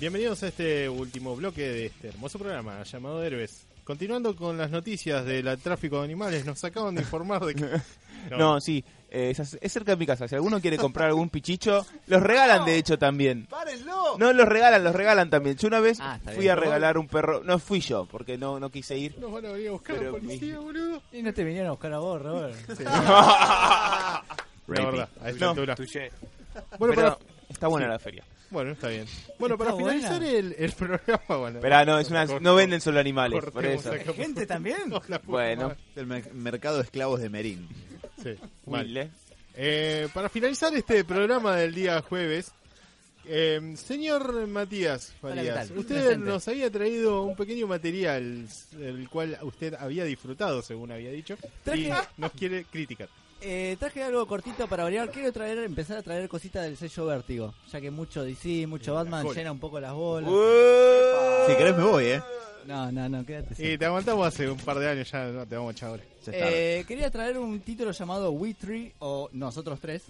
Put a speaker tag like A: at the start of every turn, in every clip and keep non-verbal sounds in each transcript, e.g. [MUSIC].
A: Bienvenidos a este último bloque de este hermoso programa llamado Héroes. Continuando con las noticias del tráfico de animales, nos acaban de informar de que...
B: [LAUGHS] No, sí, eh, es, es cerca de mi casa. Si alguno quiere comprar algún pichicho, los regalan de hecho también.
A: ¡Párenlo!
B: No, los regalan, los regalan también. Yo una vez
C: Ah, está
B: fui
C: bien.
B: a regalar un perro, no fui yo, porque no, no quise ir.
A: Nos van a venir a buscar
B: Pero
A: la policía, boludo.
C: Y no te vinieron a buscar a vos, Robert.
B: [LAUGHS]
A: La verdad, a esta
B: No,
A: altura.
B: touché.
A: Bueno, para-
B: Pero está buena la feria.
A: bueno, está bien. Bueno, para
C: buena.
A: finalizar el, el programa, bueno.
B: Pero ah, no, es una, no venden solo animales, por
A: Cortemos
B: eso.
A: acá.
C: ¿Hay gente también?
A: No, la puta
B: Bueno.
A: madre.
D: El mer- mercado de esclavos de Merín.
A: Sí, mal.
B: Humilde.
A: Eh, para finalizar este programa del día jueves, eh, señor Matías
C: Hola,
A: Farías,
C: ¿qué tal?
A: usted
C: Presente.
A: nos había traído un pequeño material, el cual usted había disfrutado, según había dicho, y
C: Traje-
A: nos quiere criticar.
C: Eh, traje algo cortito para variar. Quiero traer, empezar a traer cositas del sello Vértigo. Ya que mucho DC, mucho Batman
A: cola.
C: llena un poco las bolas.
D: Si querés me voy, ¿eh?
C: No, no, no, quédate.
A: Y Eh, te aguantamos hace un par de años, ya no te vamos a echar ahora.
D: Ya está.
C: Eh, quería traer un título llamado We Three o Nosotros Tres,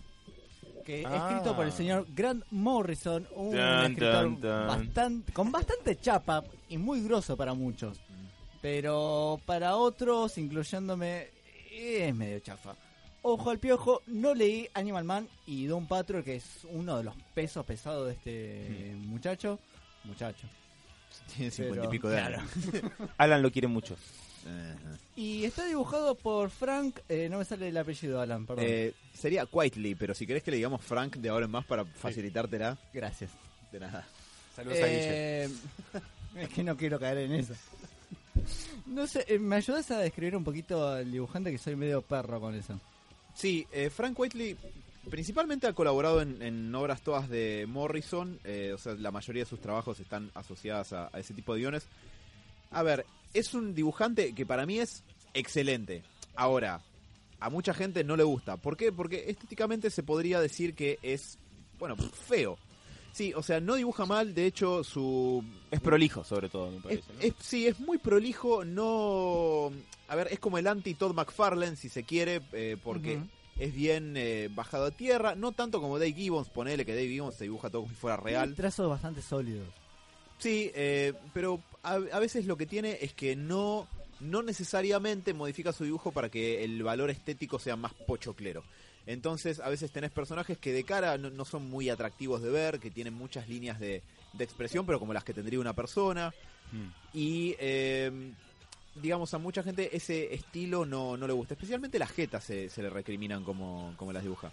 C: que
B: Ah.
C: es escrito por el señor Grant Morrison, un
B: Tan,
C: escritor
B: tan, tan.
C: bastante- con bastante chapa y muy grosso para muchos, pero para otros, incluyéndome, es medio chafa. Ojo al piojo, no leí Animal Man y Don Patrol, que es uno de los pesos pesados de este muchacho. Muchacho.
D: Tiene Hmm. cincuenta y
C: pero-
D: pico de
C: claro.
D: años.
C: [LAUGHS]
D: Eh,
B: Alan lo quiere mucho.
D: Ajá.
C: Y está dibujado por Frank, eh, no me sale el apellido, Alan, perdón.
D: Eh, sería Quietly, pero si querés que le digamos Frank de ahora en más para facilitártela,
C: Gracias.
D: de nada.
C: Eh, [LAUGHS] Es que no quiero caer en eso. No sé, eh, ¿me ayudas a describir un poquito al dibujante que soy medio perro con eso?
D: Sí, eh, Frank Whiteley principalmente ha colaborado en, en obras todas de Morrison, eh, o sea, la mayoría de sus trabajos están asociadas a, a ese tipo de guiones. A ver, es un dibujante que para mí es excelente. Ahora, a mucha gente no le gusta. ¿Por qué? Porque estéticamente se podría decir que es, bueno, feo. Sí, o sea, no dibuja mal, de hecho su
B: Es prolijo, sobre todo, me
D: es-
B: parece. ¿no?
D: es- sí, es muy prolijo, no... A ver, es como el anti-Todd McFarlane, si se quiere, eh, porque
C: Ujú.
D: es bien eh, bajado a tierra, no tanto como Dave Gibbons, ponele que Dave Gibbons se dibuja todo como si fuera
C: Tiene
D: real.
C: Trazos bastante sólidos.
D: Sí, eh, pero a, a veces lo que tiene es que no, no necesariamente modifica su dibujo para que el valor estético sea más pochoclero. Entonces, a veces tenés personajes que de cara no, no son muy atractivos de ver, que tienen muchas líneas de, de expresión, pero como las que tendría una persona. Y, eh, digamos, a mucha gente ese estilo no, no le gusta. Especialmente las jetas se, se le recriminan como, como las dibuja.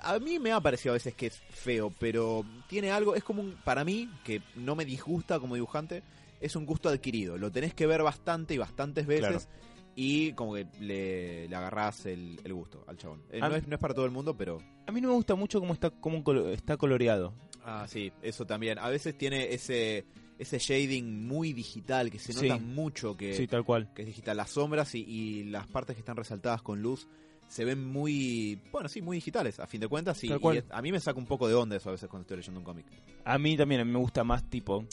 D: A mí me ha parecido a veces que es feo, pero tiene algo, es como un, para mí, que no me disgusta como dibujante, es un gusto adquirido. Lo tenés que ver bastante y bastantes veces y como que le, le agarrás el, el gusto al chabón. Eh,
B: A
D: no,
B: mí-
D: es, no es para todo el mundo, pero...
B: A mí no me gusta mucho cómo está, cómo colo- está coloreado.
D: Ah, sí, eso también. A veces tiene ese, ese shading muy digital que se
B: Sí.
D: nota mucho que...
B: Sí, tal cual.
D: que es digital. Las sombras y, y las partes que están resaltadas con luz se ven muy, bueno, sí, muy digitales, a fin de cuentas. Y,
B: Tal cual.
D: y es- a mí me saca un poco de onda eso a veces cuando estoy leyendo un cómic.
B: A mí también a mí me gusta más tipo...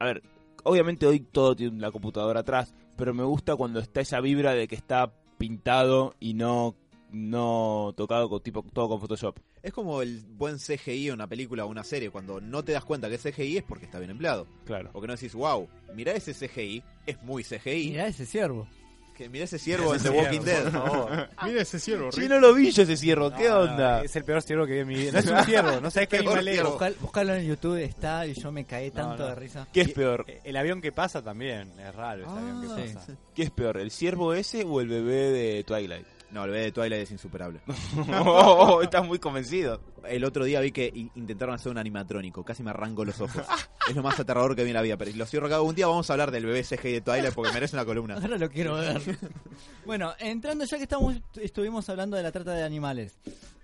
B: A ver, obviamente hoy todo tiene la computadora atrás, pero me gusta cuando está esa vibra de que está pintado y no no tocado con tipo todo con Photoshop.
D: Es como el buen CGI en una película o una serie. Cuando no te das cuenta que es CGI es porque está bien empleado.
B: Claro.
D: O que no decís, wow, mirá ese CGI, es muy CGI.
C: Mirá ese ciervo.
D: Que mirá ese ciervo en The Walking Dead.
C: Ah.
A: Mira ese cielo,
B: Sí, no lo vi yo ese cierro, ¿qué
E: No, no,
B: onda?
E: es el peor ciervo que vi en mi vida. No es un ciervo,
B: [LAUGHS]
E: no sabes qué
D: Peor
E: animal es.
D: ciervo.
C: Buscal- buscalo en YouTube, está y yo me caí tanto
E: no.
C: de risa.
B: ¿Qué es peor?
E: e, El avión que pasa también, es raro ese avión que
C: Ah,
E: pasa. [LAUGHS]
B: ¿Qué es peor? ¿El ciervo ese o el bebé de Twilight? [LAUGHS]
D: No, el bebé de Twilight es insuperable.
B: Oh, oh, estás muy convencido.
D: El otro día vi que i- intentaron hacer un animatrónico, casi me arranco los
E: [LAUGHS]
D: ojos. es lo más aterrador que vi en la vida, pero lo cierro que algún día vamos a hablar del bebé CGI de Twilight porque merece una columna.
C: Ahora lo quiero ver. [LAUGHS] bueno, entrando ya que estamos estuvimos hablando de la trata de animales.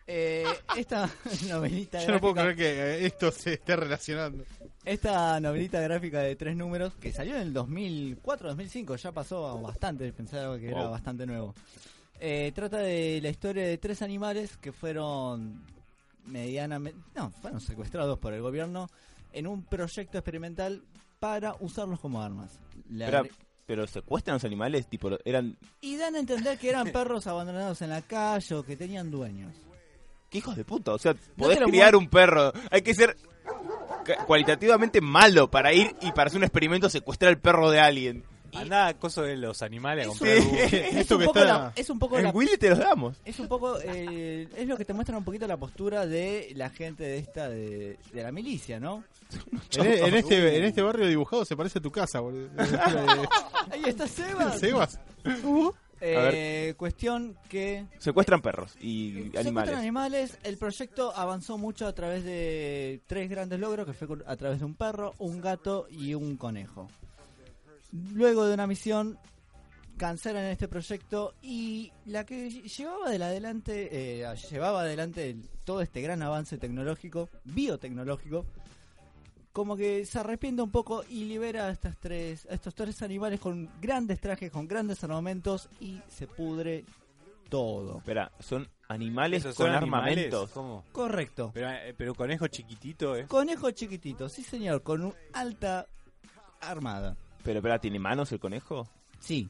C: Eh, esta [LAUGHS] novelita
A: Yo no puedo
C: gráfica-
A: creer que eh, esto se esté relacionando.
C: Esta novelita gráfica de tres números que salió en el 2004-2005, ya pasó bastante, pensaba que era
B: Wow.
C: bastante nuevo. Eh, trata de la historia de tres animales que fueron medianamente, no, fueron secuestrados por el gobierno en un proyecto experimental para usarlos como armas. La-
B: Espera, pero secuestran los animales, tipo, eran...
C: y dan a entender que eran perros abandonados en la calle o que tenían dueños.
B: ¿Qué hijos de puta? O sea,
C: te
B: podés
C: lo
B: criar un perro. Hay que ser ca- cualitativamente malo para ir y para hacer un experimento secuestrar el perro de alguien.
E: Andá, coso de [LAUGHS] los animales a
C: Es
E: comprar
B: un-
E: un-
C: [LAUGHS] Es
A: Esto
C: un
A: que
C: poco
A: está-
C: la- es un poco la
B: En Willy te los damos.
C: Es un poco, eh, es lo que te muestra un poquito la postura de la gente de esta, de, de la milicia, ¿no?
A: En, e- en este, en este barrio dibujado se parece a tu casa,
C: [LAUGHS]
A: boludo.
C: Ahí está Sebas.
A: Sebas.
B: A
C: Eh, cuestión que...
B: Secuestran perros y
C: se
B: animales.
C: encuentran animales. El proyecto avanzó mucho a través de tres grandes logros, que fue con- a través de un perro, un gato y un conejo. Luego de una misión, cancelan este proyecto y la que lle- llevaba, del adelante, eh, llevaba adelante el- todo este gran avance tecnológico, biotecnológico, como que se arrepiente un poco y libera a, estas tres, a estos tres animales con grandes trajes, con grandes armamentos y se pudre todo.
B: Espera, son animales
E: ¿Esos
B: con
E: son animales?
B: armamentos.
E: ¿Cómo?
C: Correcto.
E: Pero, eh, pero conejo chiquitito, ¿eh?
C: Conejo chiquitito, sí señor, con un alta armada.
B: Pero espera, ¿tiene manos el conejo?
C: Sí.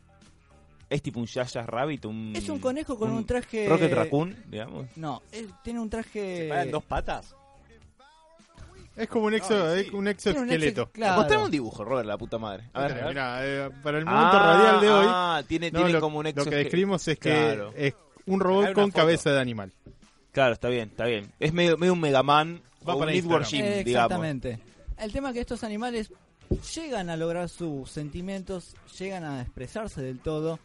B: Es tipo un Yaya Rabbit, un...
C: Es un conejo
B: Mm.
C: con un, traje...
B: Rocket Raccoon, digamos.
C: No, él tiene un traje...
E: ¿Se paran Eh, dos patas?
A: Es como un exo, es un
C: tiene un
A: exoesqueleto.
C: exe- claro.
B: Mostrame un dibujo, Robert, la puta madre. A ver, a ver.
A: Mirá, eh, para el momento radial de hoy,
B: Ah, tiene,
A: no,
B: tiene
A: lo,
B: como
A: lo
B: un
A: que
B: exoesqueleto.
A: describimos es que
B: Claro.
A: es un
E: Acá hay
A: robot
E: una
A: con
E: foto.
A: cabeza de animal.
B: Claro, está bien, está bien. Es medio, medio un Megaman
A: Va
B: o un
A: para
B: Network Gym,
A: Instagram.
B: digamos.
C: Exactamente. El tema es que estos animales llegan a lograr sus sentimientos, llegan a expresarse del todo.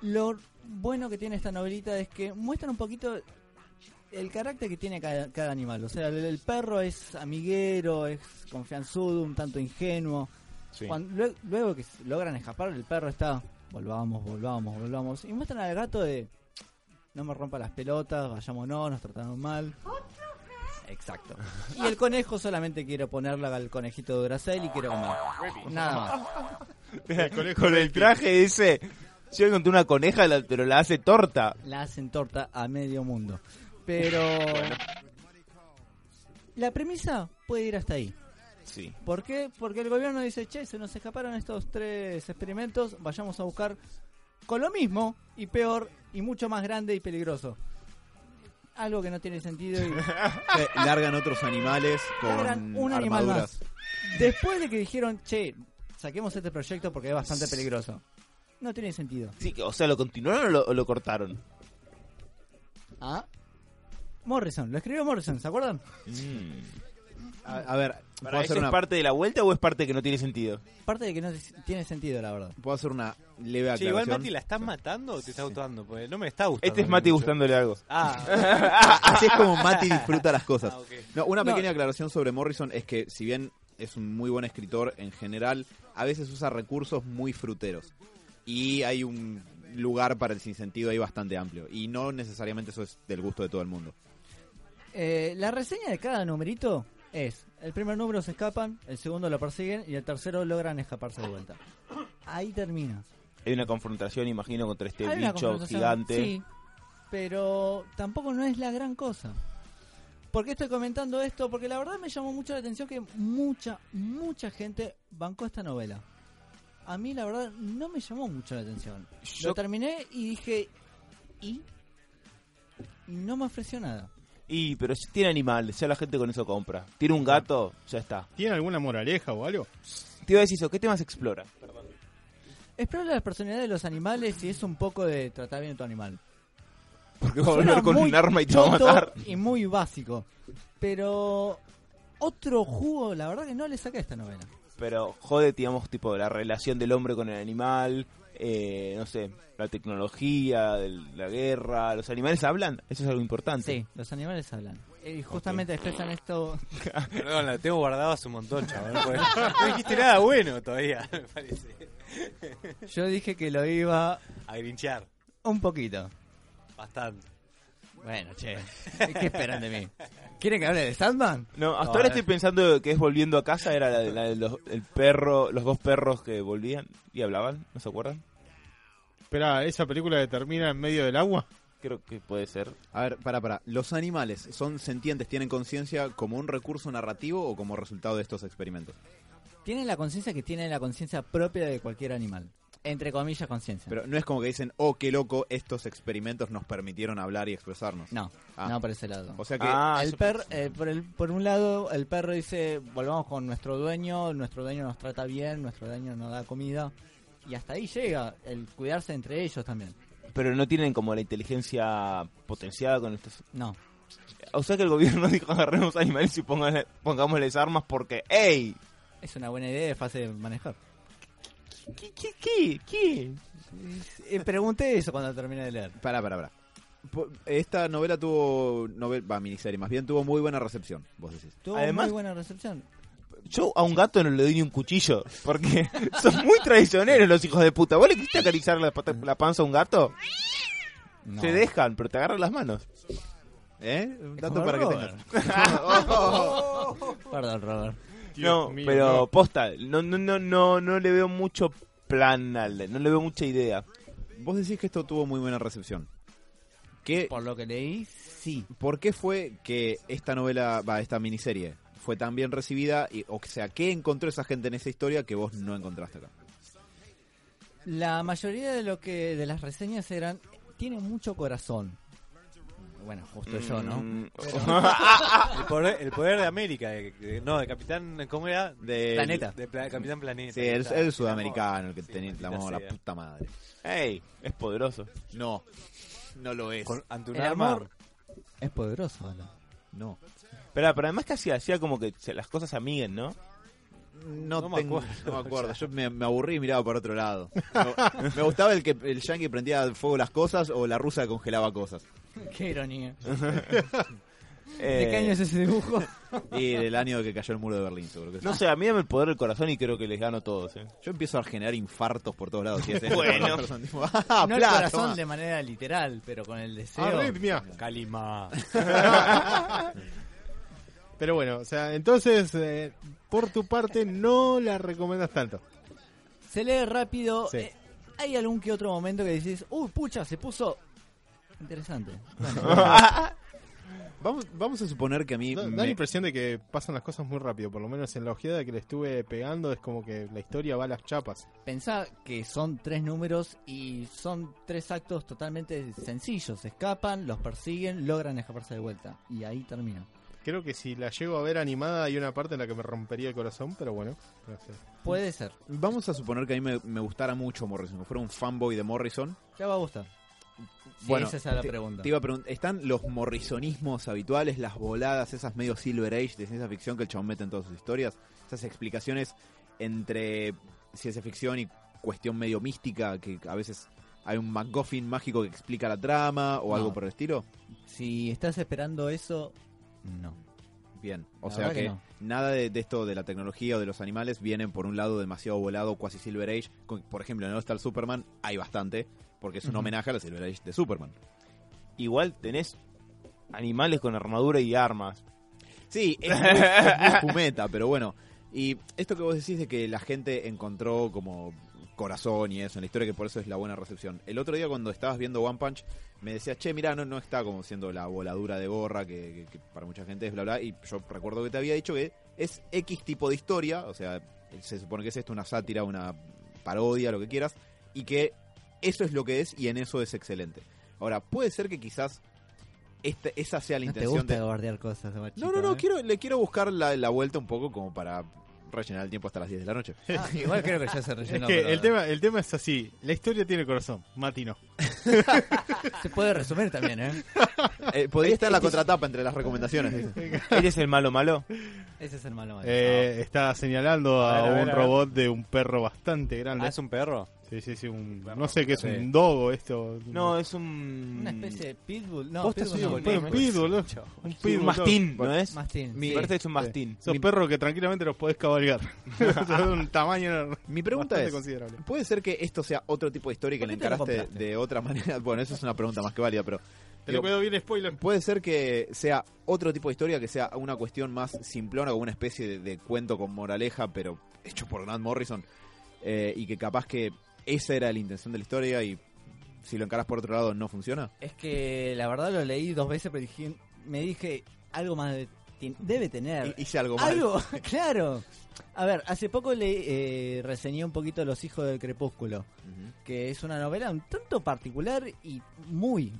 C: Lo bueno que tiene esta novelita es que muestran un poquito el carácter que tiene cada, cada animal. O sea, el, el perro es amiguero, es confianzudo, un tanto ingenuo. Cuando- lue- luego que s- logran escapar, el perro está, volvamos, volvamos, volvamos. Y muestran al gato de, no me rompa las pelotas, vayámonos, nos trataron mal. Exacto. Y el conejo solamente quiere ponerle al conejito de Duracell y quiere comer. Nada más.
A: El conejo
B: Con el
A: del
B: traje ese, yo encontré una coneja, la- pero la hace torta.
C: La hacen torta a medio mundo. Pero... La premisa puede ir hasta ahí.
B: Sí.
C: ¿Por qué? Porque el gobierno dice, che, se nos escaparon estos tres experimentos, vayamos a buscar con lo mismo y peor y mucho más grande y peligroso. Algo que no tiene sentido. y-
D: Eh, largan otros animales con
C: Largan un animal
D: armaduras.
C: Después de que dijeron, che, saquemos este proyecto porque es bastante peligroso. No tiene sentido.
B: Sí, que- o sea, ¿lo continuaron o lo, o lo cortaron?
C: ¿Ah? Morrison, lo escribió Morrison, ¿se acuerdan?
D: A, a ver, puedo
B: ¿Para
D: hacer,
B: eso es
D: una,
B: parte de la vuelta o es parte que no tiene sentido?
C: Parte de que no t- tiene sentido, la verdad.
D: puedo hacer una leve aclaración.
E: Che, igual Mati, ¿la estás matando o te está gustando? Porque no me está gustando.
B: Este es Mati
E: mucho.
B: gustándole algo.
E: Ah,
D: Así es como Mati disfruta las cosas.
E: [LAUGHS] Ah, ok.
D: No, una
C: No.
D: pequeña aclaración sobre Morrison es que si bien es un muy buen escritor en general, a veces usa recursos muy fruteros. Y hay un lugar para el sinsentido ahí bastante amplio. Y no necesariamente eso es del gusto de todo el mundo.
C: Eh, la reseña de cada numerito es: el primer número se escapan, el segundo lo persiguen y el tercero logran escaparse de vuelta. Ahí termina.
B: Hay una confrontación, imagino, contra este
C: Hay una
B: bicho
C: confrontación,
B: gigante.
C: Sí, pero tampoco no es la gran cosa. ¿Por qué estoy comentando esto? Porque la verdad me llamó mucho la atención que mucha, mucha gente bancó esta novela. A mí la verdad no me llamó mucho la atención.
B: Yo-
C: Lo terminé y dije, ¿y? Y no me ofreció nada.
B: Y, pero si tiene animal, ya la gente con eso compra. Tiene un gato, ya está.
A: ¿Tiene alguna moraleja o algo?
B: Te iba a decir eso, ¿qué temas explora?
C: Explora la personalidad de los animales y es un poco de tratar bien a tu animal.
B: Porque va a
C: Suena
B: volver con
C: muy
B: un arma y te va a
C: choto
B: matar.
C: Y muy básico. Pero otro jugo, la verdad que no le saqué a esta novela.
B: pero jode, digamos, tipo la relación del hombre con el animal, eh, no sé, la tecnología, el- la guerra, los animales hablan, eso es algo importante.
C: Sí, los animales hablan. Y justamente expresan esto.
E: Perdón, la tengo guardado hace un montón, chaval. porque No dijiste nada bueno todavía, me parece.
C: [LAUGHS] Yo dije que lo iba
E: A grinchar,
C: un poquito.
E: bastante.
C: Bueno, che. ¿Qué esperan de mí? ¿Quieren que hable de Sandman?
B: No, hasta
C: No,
B: ahora
C: eh.
B: estoy pensando que es volviendo a casa, era la de, la de los, el perro, los dos perros que volvían y hablaban, ¿no se acuerdan?
A: Espera, esa película que termina en medio del agua.
B: Creo que puede ser.
D: A ver, para, para. ¿Los animales son sentientes, tienen conciencia como un recurso narrativo o como resultado de estos experimentos?
C: Tienen la conciencia que tienen la conciencia propia de cualquier animal. Entre comillas, conciencia.
D: Pero no es como que dicen, oh, qué loco, estos experimentos nos permitieron hablar y expresarnos.
C: No,
D: Ah.
C: no por ese lado.
D: O sea que
B: Ah,
C: el
B: yo-
C: per, eh, por, el- por un lado, el perro dice, volvamos con nuestro dueño, nuestro dueño nos trata bien, nuestro dueño nos da comida. Y hasta ahí llega el cuidarse entre ellos también.
B: pero no tienen como la inteligencia potenciada con estos.
C: No,
B: O sea que el gobierno [LAUGHS] dijo agarremos animales y póngale- pongámosles armas porque, ¡ey!
C: es una buena idea, es fácil de manejar.
B: ¿Qué, qué, qué, qué?
C: Eh, pregunté eso cuando terminé de leer.
D: Pará, pará, pará. Po- Esta novela tuvo, novel, va, miniserie más bien, tuvo muy buena recepción, vos decís.
C: Tuvo
B: Además-
C: muy buena recepción.
B: Yo a un gato no le doy ni un cuchillo, porque [LAUGHS] son muy traicioneros los hijos de puta. ¿Vos le quisiste acariciar la, pata- la panza a un gato?
C: No.
B: Se dejan, pero te agarran las
C: [LAUGHS]
B: manos.
D: ¿Eh? Un
C: Es
D: dato
C: como
D: para que
C: Robert.
D: tengas.
C: Perdón, Robert.
A: Oh. Dios
B: [LAUGHS] no,
A: mío,
B: pero Ah,
A: no.
B: posta, no, no, no, no, no le veo mucho plan, al- no le veo mucha idea.
D: Vos decís que esto tuvo muy buena recepción. ¿Qué,
C: Por lo que leí, sí.
D: ¿Por qué fue que esta novela, va, esta miniserie, fue tan bien recibida? Y, o sea, ¿qué encontró esa gente en esa historia que vos no encontraste acá?
C: La mayoría de lo que de las reseñas eran tiene mucho corazón. Bueno, justo yo, ¿no?
B: Mm, [LAUGHS]
E: El poder, el poder de América, de- de- no, de Capitán, ¿cómo era?
D: Del-
C: Planeta.
E: De Pla- Capitán Planeta.
D: Sí, el,
E: Capitán-
D: el sudamericano, el que
E: Sí,
D: tenía la
E: maldita
D: mano a la
E: sea.
D: puta madre.
B: ¡Ey! Es poderoso.
D: No, no lo es.
E: Con- ante un
C: El
E: arma,
C: amor es poderoso, ¿no?
D: No.
B: Pero, pero además casi hacía como que se- las cosas se amiguen, ¿no?
D: No,
E: No me
D: tengo-
E: acuerdo.
D: no me acuerdo. Yo me, me aburrí y miraba por otro lado. Me, me gustaba el que el yankee prendía fuego las cosas o la rusa que congelaba cosas.
C: Qué ironía.
B: Eh,
C: ¿De qué año es ese dibujo?
D: Y del año que cayó el muro de Berlín, seguro que sí.
B: No sé, a mí dame el poder del corazón y creo que les gano a todos, ¿eh?
D: Yo empiezo a generar infartos por todos lados. y es- [LAUGHS]
B: Bueno.
D: Tipo, ah,
C: no el
D: plata, Ah,
C: corazón
D: toma.
C: de manera literal, pero con el deseo.
A: Arritmia.
E: Calima.
B: [LAUGHS]
A: Pero bueno, o sea, entonces, eh, por tu parte, no la recomendas tanto.
C: Se lee rápido.
A: Sí.
C: eh, hay algún que otro momento que decís, uy, pucha, se puso interesante.
D: [LAUGHS] Vamos, vamos a suponer que a mí.
A: Da, da la
D: me-
A: impresión de que pasan las cosas muy rápido, por lo menos en la ojeada que le estuve pegando es como que la historia va a las chapas.
C: Pensá que son tres números y son tres actos totalmente sencillos. Escapan, los persiguen, logran escaparse de vuelta. Y ahí termina.
A: Creo que si la llego a ver animada hay una parte en la que me rompería el corazón, pero bueno. no sé.
C: Puede ser.
D: Vamos a suponer que a mí me, me gustara mucho Morrison, que fuera un fanboy de Morrison.
C: Ya va a gustar. Sí,
D: Bueno,
C: esa es la
D: te-
C: pregunta.
D: Te iba a preguntar, ¿están los morrisonismos habituales, las voladas, esas medio Silver Age de ciencia ficción que el chabón mete en todas sus historias? Esas explicaciones entre ciencia ficción y cuestión medio mística, que a veces hay un MacGuffin mágico que explica la trama o
C: No.
D: algo por el estilo.
C: Si estás esperando eso, no.
D: Bien, o
C: La
D: sea que,
C: verdad que no.
D: nada de, de esto de la tecnología o de los animales vienen por un lado demasiado volado, cuasi Silver Age. Con- por ejemplo, en No Star Superman hay bastante, porque es un
C: Ujú.
D: homenaje a la Silver Age de Superman.
B: Igual tenés animales con armadura y armas.
D: Sí, es muy, es muy jumeta, pero bueno. Y esto que vos decís de que la gente encontró como corazón y eso en la historia, que por eso es la buena recepción. El otro día cuando estabas viendo One Punch, me decías, che, mirá, no, no está como siendo la voladura de gorra que, que- que para mucha gente es bla bla. Y yo recuerdo que te había dicho que es X tipo de historia, o sea, se supone que es esto una sátira, una parodia, lo que quieras, y que eso es lo que es y en eso es excelente. Ahora, puede ser que quizás este- esa sea la
C: No te
D: intención
C: gusta
D: de,
C: guardear cosas,
F: ¿eh?
D: no, no, no, quiero, le quiero buscar la, la vuelta un poco como para rellenar el tiempo hasta las 10 de
C: [LAUGHS]
D: la noche.
F: Ah, igual creo que ya se rellenó.
A: es que
F: pero-
A: el tema, el tema es así, la historia tiene corazón, Mati no.
F: Se puede resumir también, ¿eh?
D: Eh, podría estar la contratapa entre las recomendaciones.
C: [LAUGHS]
B: ¿Él es el malo malo?
F: Ese es el malo. malo.
A: Eh, Está señalando a,
E: A ver, a ver,
A: un
E: a ver.
A: robot de un perro bastante grande.
E: Ah, es un perro.
A: Sí, sí, sí, un- no sé qué es,
E: Sí.
A: un dogo esto.
B: No, es un...
C: Una especie de pitbull. No,
B: Posta,
C: pitbull
B: sí,
C: no,
B: un
A: Pero un
C: no,
A: pitbull, ¿no? un
B: Sí,
A: pitbull,
B: un mastín,
D: Bueno,
B: ¿no es?
F: Mastín.
D: mi-
F: sí.
B: Parece que es un
A: Sí.
B: mastín.
A: Son perros que tranquilamente los podés cabalgar. [LAUGHS] Son de un tamaño
D: Mi pregunta
A: bastante
D: es,
A: considerable.
D: ¿Puede ser que esto sea otro tipo de historia y que
C: ¿Por
D: la
C: qué te lo
D: encaraste
C: compraste?
D: de otra manera? [LAUGHS] Bueno, eso es una pregunta más que válida, pero...
A: Te lo
D: digo,
A: puedo bien spoiler.
D: Puede ser que sea otro tipo de historia, que sea una cuestión más simplona, como una especie de, de cuento con moraleja, pero hecho por Grant Morrison. eh, y que capaz que esa era la intención de la historia y si lo encaras por otro lado no funciona.
C: Es que la verdad lo leí dos veces, pero dije, me dije algo más de- ti- debe tener.
D: Hice algo mal.
C: Algo, [LAUGHS] claro. A ver, hace poco le eh, reseñé un poquito Los Hijos del Crepúsculo,
D: Ujú.
C: que es una novela un tanto particular y muy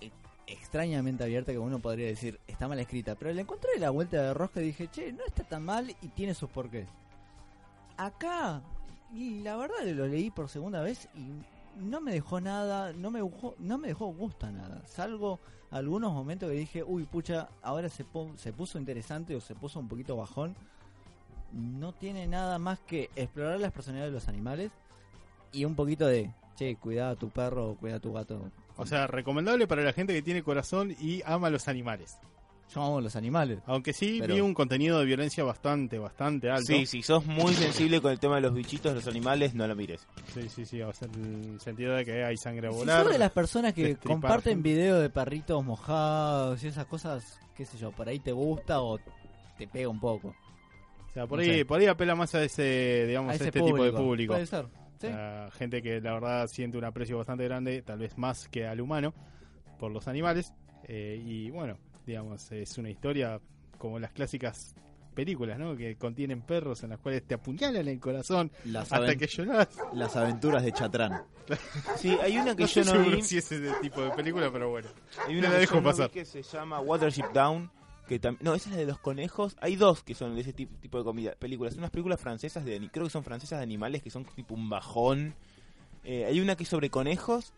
C: eh, extrañamente abierta que uno podría decir está mal escrita, pero le encontré la vuelta de rosca y dije, che, no está tan mal y tiene sus porqués. Acá, y la verdad que lo leí por segunda vez y no me dejó nada, no me dejó, no me dejó gusto a nada, salvo algunos momentos que dije, uy, pucha, ahora se, pu- se puso interesante o se puso un poquito bajón. No tiene nada más que explorar las personalidades de los animales y un poquito de, che, cuidado a tu perro o cuidado a tu gato.
A: O sea, recomendable para la gente que tiene corazón y ama a los animales.
C: Yo amo los animales.
A: Aunque sí
C: Pero-
A: vi un contenido de violencia bastante, bastante alto.
B: Sí, si sos muy sensible con el tema de los bichitos, los animales, no lo mires.
A: sí, sí, sí, o sea, en el sentido de que hay sangre a
C: Si
A: volar.
C: sos de las
A: [LAUGHS]
C: personas que
A: destripar
C: comparten
A: gente.
C: videos de perritos mojados y esas cosas, qué sé yo, por ahí te gusta o te pega un poco.
A: O sea, por
C: no
A: ahí,
C: sé.
A: por ahí apela más a ese, digamos,
C: A
A: a
C: ese
A: este tipo de público.
D: Pues,
A: Ah,
C: Puede ser.
A: O sea, gente que la verdad siente un aprecio bastante grande, tal vez más que al humano, por los animales. Eh, y bueno, digamos, es una historia como las clásicas películas, ¿no? Que contienen perros en las cuales te apuñalan el corazón
D: Las,
A: hasta
D: aven-
A: que lloras.
D: las aventuras de
A: [LAUGHS]
D: Chatrán.
B: Sí, hay una que
A: No
B: yo
A: estoy
B: no
A: seguro
B: vi.
A: si es ese tipo de película, pero bueno.
B: Hay
A: Te
B: una
A: la
B: que
A: dejo
B: yo no vi
A: pasar.
B: que se llama Watership Down. Que tam- no, esa es la de los conejos. Hay dos que son de ese tipo, tipo de comida, películas. Unas películas francesas, de, ani- creo que son francesas de animales, que son tipo un bajón. Eh, hay una que es sobre conejos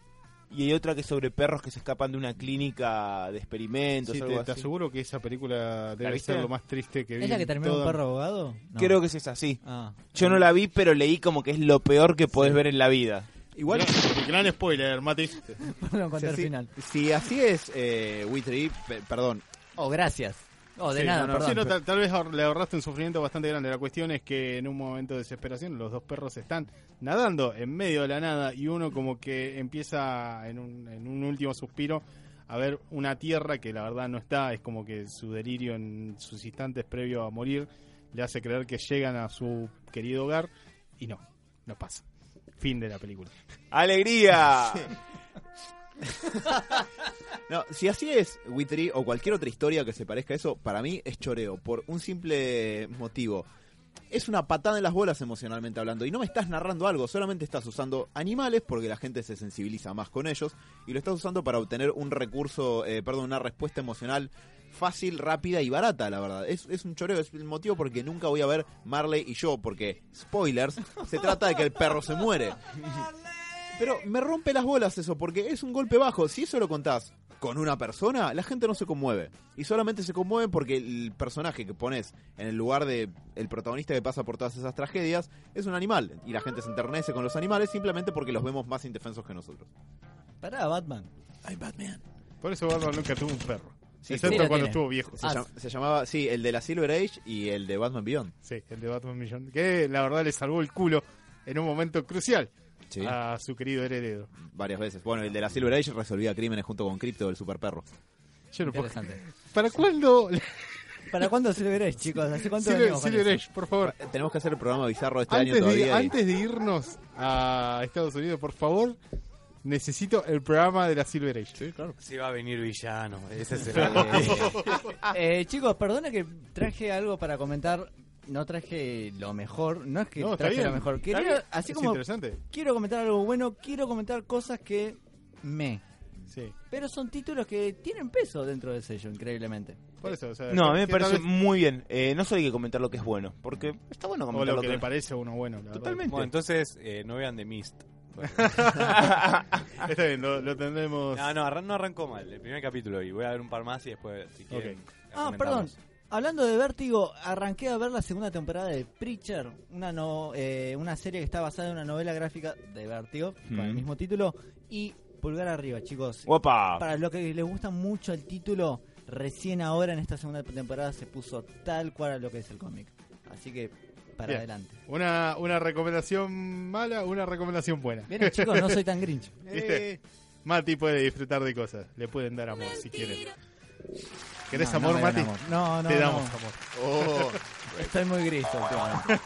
B: y hay otra que es sobre perros que se escapan de una clínica de experimentos.
A: Sí,
B: algo
A: te, te
B: así.
A: aseguro que esa película debe
B: viste?
A: ser lo más triste que vi.
C: ¿Es la que
A: en
C: termina un
A: toda-
C: perro abogado?
B: Creo que es esa, sí.
C: Ah. [LAUGHS]
B: Yo no la vi, pero leí como que es lo peor que podés ver en la vida.
D: Igual,
A: Gran spoiler, Matis.
C: no encontré el
D: si,
C: final.
D: si así es eh, We Three, pe- perdón,
C: Oh, gracias. Oh, de
A: Sí,
C: nada,
A: no, no,
C: perdón.
A: sí, no, tal, tal vez ahor- le ahorraste un sufrimiento bastante grande. La cuestión es que en un momento de desesperación los dos perros están nadando en medio de la nada y uno como que empieza en un, en un último suspiro a ver una tierra que la verdad no está. Es como que su delirio en sus instantes previo a morir le hace creer que llegan a su querido hogar y no, no pasa. Fin de la película. [LAUGHS]
B: ¡Alegría!
D: No, si así es Witry o cualquier otra historia que se parezca a eso, para mí es choreo, por un simple motivo. Es una patada en las bolas emocionalmente hablando. Y no me estás narrando algo, solamente estás usando animales porque la gente se sensibiliza más con ellos. Y lo estás usando para obtener un recurso, eh, perdón, una respuesta emocional fácil, rápida y barata, la verdad. Es, es un choreo, es el motivo porque nunca voy a ver Marley y yo, porque, spoilers, se trata de que el perro se muere. Pero me rompe las bolas eso, porque es un golpe bajo. Si eso lo contás con una persona, la gente no se conmueve. Y solamente se conmueve porque el personaje que pones en el lugar de el protagonista que pasa por todas esas tragedias es un animal. Y la gente se enternece con los animales simplemente porque los vemos más indefensos que nosotros.
C: Pará, Batman.
D: I'm Batman.
A: Por eso Batman nunca tuvo un perro.
D: Sí,
A: excepto
C: sí lo
A: cuando
C: tiene.
A: estuvo viejo.
D: Se,
C: Ah,
D: llam- se llamaba, sí, el de la Silver Age y el de Batman Beyond.
A: Sí, el de Batman Millón. Que la verdad le salvó el culo en un momento crucial a su querido heredero.
D: Varias veces. Bueno, el de la Silver Age resolvía crímenes junto con Crypto, el superperro.
A: Yo no puedo
C: Interesante.
A: ¿Para cuándo? [LAUGHS]
C: ¿Para cuándo se lo veréis, chicos? ¿Hace cuánto
A: Silver,
C: venimos con
A: Silver
C: eso?
A: Age, por favor.
D: Eh, Tenemos que hacer el programa bizarro este
A: Antes
D: año
A: de,
D: todavía. y-
A: antes de irnos a Estados Unidos, por favor, necesito el programa de la Silver Age.
E: Si va a venir villano.
B: [LAUGHS]
E: Ese es el
C: [LAUGHS] Eh, chicos, perdona que traje algo para comentar. No traje lo mejor, no es que
A: No, está
C: traje
A: bien.
C: lo mejor.
A: Está
C: Quería,
A: bien.
C: así
A: Es
C: como
A: interesante.
C: quiero comentar algo bueno, quiero comentar cosas que me.
A: Sí.
C: Pero son títulos que tienen peso dentro del sello, increíblemente. Ah,
A: Por eso, o sea,
B: No, a mí me
A: que tal
B: parece
A: vez-
B: muy bien. Eh, no solo hay que comentar lo que es bueno, porque está bueno
A: O
B: comentar
A: lo
B: lo,
A: que
B: que
A: le parece a uno bueno. la verdad.
B: Totalmente.
E: Bueno, entonces eh, no vean The Mist.
A: Está bien, lo, lo tendremos.
E: No, no, arran- no arrancó mal el primer capítulo y voy a ver un par más y después, si quieren,
C: Ah,
E: comentamos.
C: perdón. Hablando de Vértigo, arranqué a ver la segunda temporada de Preacher, una no, eh, una serie que está basada en una novela gráfica de Vértigo, con el
B: Mm.
C: mismo título, y pulgar arriba, chicos.
B: Opa.
C: Para lo que les gusta mucho el título, recién ahora en esta segunda temporada se puso tal cual a lo que es el cómic. Así que, para
A: Bien.
C: adelante.
A: Una, una recomendación mala, una recomendación buena.
C: Bien, chicos, no soy tan grinch.
A: [LAUGHS] ¿Viste? Mati puede disfrutar de cosas. Le pueden dar amor si quieren. ¿Querés
C: No,
A: amor,
C: no me dan
A: Mati?
C: amor. No, no,
A: Te
C: no.
A: damos amor.
D: Oh,
C: Estoy muy gris últimamente.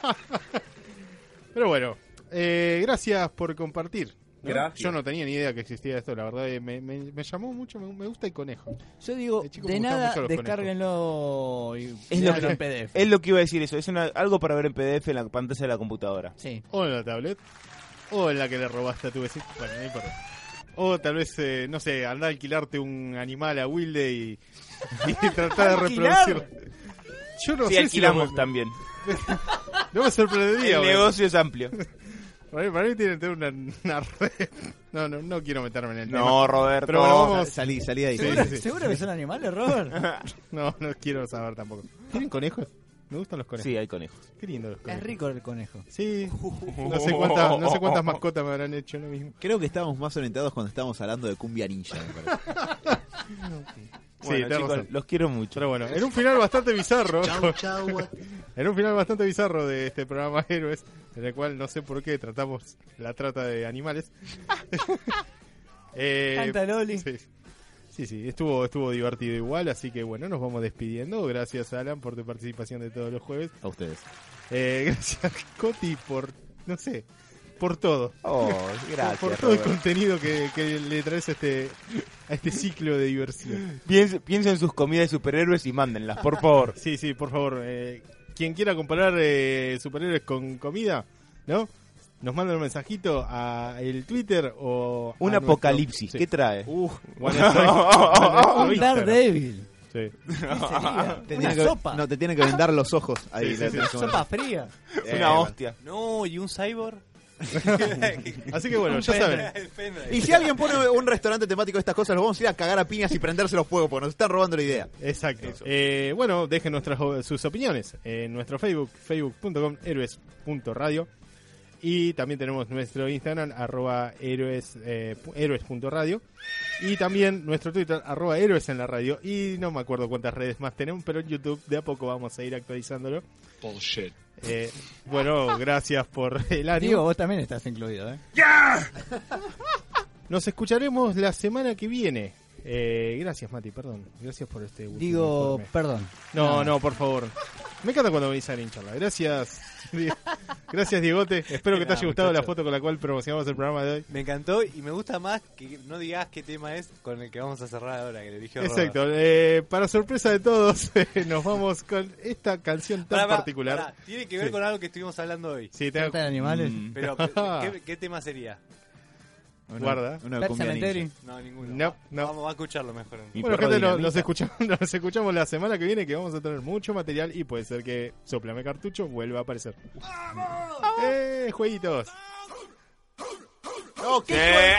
A: Pero bueno, eh, gracias por compartir. ¿no?
G: Gracias.
A: Yo no tenía ni idea que existía esto, la verdad. eh, Me, me- me llamó mucho, me, me gusta el conejo.
C: Yo digo,
A: Eh, chicos, me
C: de
A: gustan
C: nada,
A: mucho los
C: descárguenlo y
B: Es lo
C: leanlo
B: que-
C: en PDF.
B: Es lo que iba a decir eso. Es una- algo para ver en PDF en la pantalla de la computadora.
C: Sí.
A: O en la tablet, o en la que le robaste a tu vecino. Bueno, no importa. O tal vez, eh, no sé, andá a alquilarte un animal a Wilde y,
B: [LAUGHS]
A: y tratar de
C: ¿Alquilar?
A: reproducirlo. Yo no
B: Sí,
A: sé si lo-
B: alquilamos también.
A: No me sorprendería.
B: El
A: boludo.
B: negocio
A: [LAUGHS]
B: es amplio.
A: Para mí, para mí tiene que tener una, una red. No, no, no quiero meterme en el tema.
B: No, Roberto.
A: Pero bueno, vamos.
D: salí, salí de ahí.
A: Sí,
C: ¿Seguro,
A: sí, sí.
C: seguro que son animales, Robert?
A: No, no quiero saber tampoco. ¿Tienen conejos? Me gustan los conejos.
B: Sí, hay conejos.
A: Qué lindo los
C: es
A: conejos.
C: rico el conejo.
A: Sí. No sé cuántas, no sé cuántas mascotas me habrán hecho lo mismo.
D: Creo que estábamos más orientados cuando estábamos hablando de cumbia ninja, me parece.
B: Bueno,
A: sí, tenés
B: chicos,
A: razón.
B: los quiero mucho.
A: Pero bueno, en un final bastante bizarro. [LAUGHS] en un final bastante bizarro de este programa Héroes, en el cual no sé por qué tratamos la trata de
C: [LAUGHS]
A: animales. Eh,
C: Canta Loli.
A: Sí, sí, sí, estuvo, estuvo divertido igual, así que bueno, nos vamos despidiendo. Gracias Alan por tu participación de todos los jueves.
D: A ustedes.
A: Eh, [LAUGHS] gracias Coti por, no sé, por todo.
B: Oh, gracias.
A: por todo el
B: Roberto.
A: contenido que, que le traes a este, a este ciclo de diversión.
B: Piense- piensen en sus comidas de superhéroes y mándenlas,
A: [LAUGHS]
B: por favor.
A: Sí, sí, por favor. eh, quien quiera comparar eh, superhéroes con comida, ¿no? Nos manda un mensajito a el Twitter o... a
B: Un
A: nuestro-
B: apocalipsis,
A: sí.
B: ¿qué trae?
A: Uh, One
B: [LAUGHS]
A: Strike- One
C: Un
A: Strike Instagram.
C: Daredevil.
A: Sí.
C: ¿Qué sería? Una
D: que,
C: sopa.
D: No, te tienen que vendar los ojos. Ahí,
A: Sí, sí,
D: la-
A: sí.
D: la-
C: Sopa fría.
D: Eh,
B: Una hostia.
E: No, ¿y un cyborg?
A: Así que [LAUGHS] bueno, ya
E: [LAUGHS]
A: saben.
E: El pendrive.
D: Y si alguien pone un restaurante temático de estas cosas, lo vamos a ir a cagar a piñas y prenderse los fuegos, porque nos están robando la idea.
A: Exacto. Eh, bueno, dejen nuestras, o- sus opiniones en nuestro Facebook, facebook.com héroes.radio. Y también tenemos nuestro Instagram, arroba héroes, eh, pu- héroes.radio. Y también nuestro Twitter, arroba héroes en la radio. Y no me acuerdo cuántas redes más tenemos, pero en YouTube de a poco vamos a ir actualizándolo. Eh, bueno, gracias por el ánimo.
C: Digo, vos también estás incluido, ¿eh?
A: Nos escucharemos la semana que viene. Eh, gracias, Mati, perdón. Gracias por este último
C: Digo,
A: informe.
C: perdón.
A: No, no, por favor. Me encanta cuando venís a lincharla. Gracias. [LAUGHS] Die- Gracias, Diegote. Espero que te
E: nada,
A: haya gustado la
E: muchachos.
A: foto con la cual promocionamos el programa de hoy.
E: Me encantó y me gusta más que no digas qué tema es con el que vamos a cerrar ahora, que le dije
A: Exacto. Eh, para sorpresa de todos, [LAUGHS] eh, nos vamos con esta canción tan particular.
E: tiene que ver
A: Sí.
E: con algo que estuvimos hablando hoy.
A: Sí, te
C: ¿Trata de animales?
B: Mm.
E: Pero,
A: [LAUGHS]
E: ¿qué, qué tema sería?
D: Una-
A: Guarda.
D: Una
C: Pet
D: cumbia ninja.
C: Cemetery.
E: No, ninguno.
A: No, no.
E: Vamos a escucharlo mejor. entonces.
B: Mi
A: Bueno,
B: perro
A: gente, no-
B: dinamita.
A: nos, escuchamos, [LAUGHS] nos escuchamos la semana que viene que vamos a tener mucho material y puede ser que Soplame Cartucho vuelva a aparecer. ¡Eh, jueguitos!
D: Oh, No, ¿qué?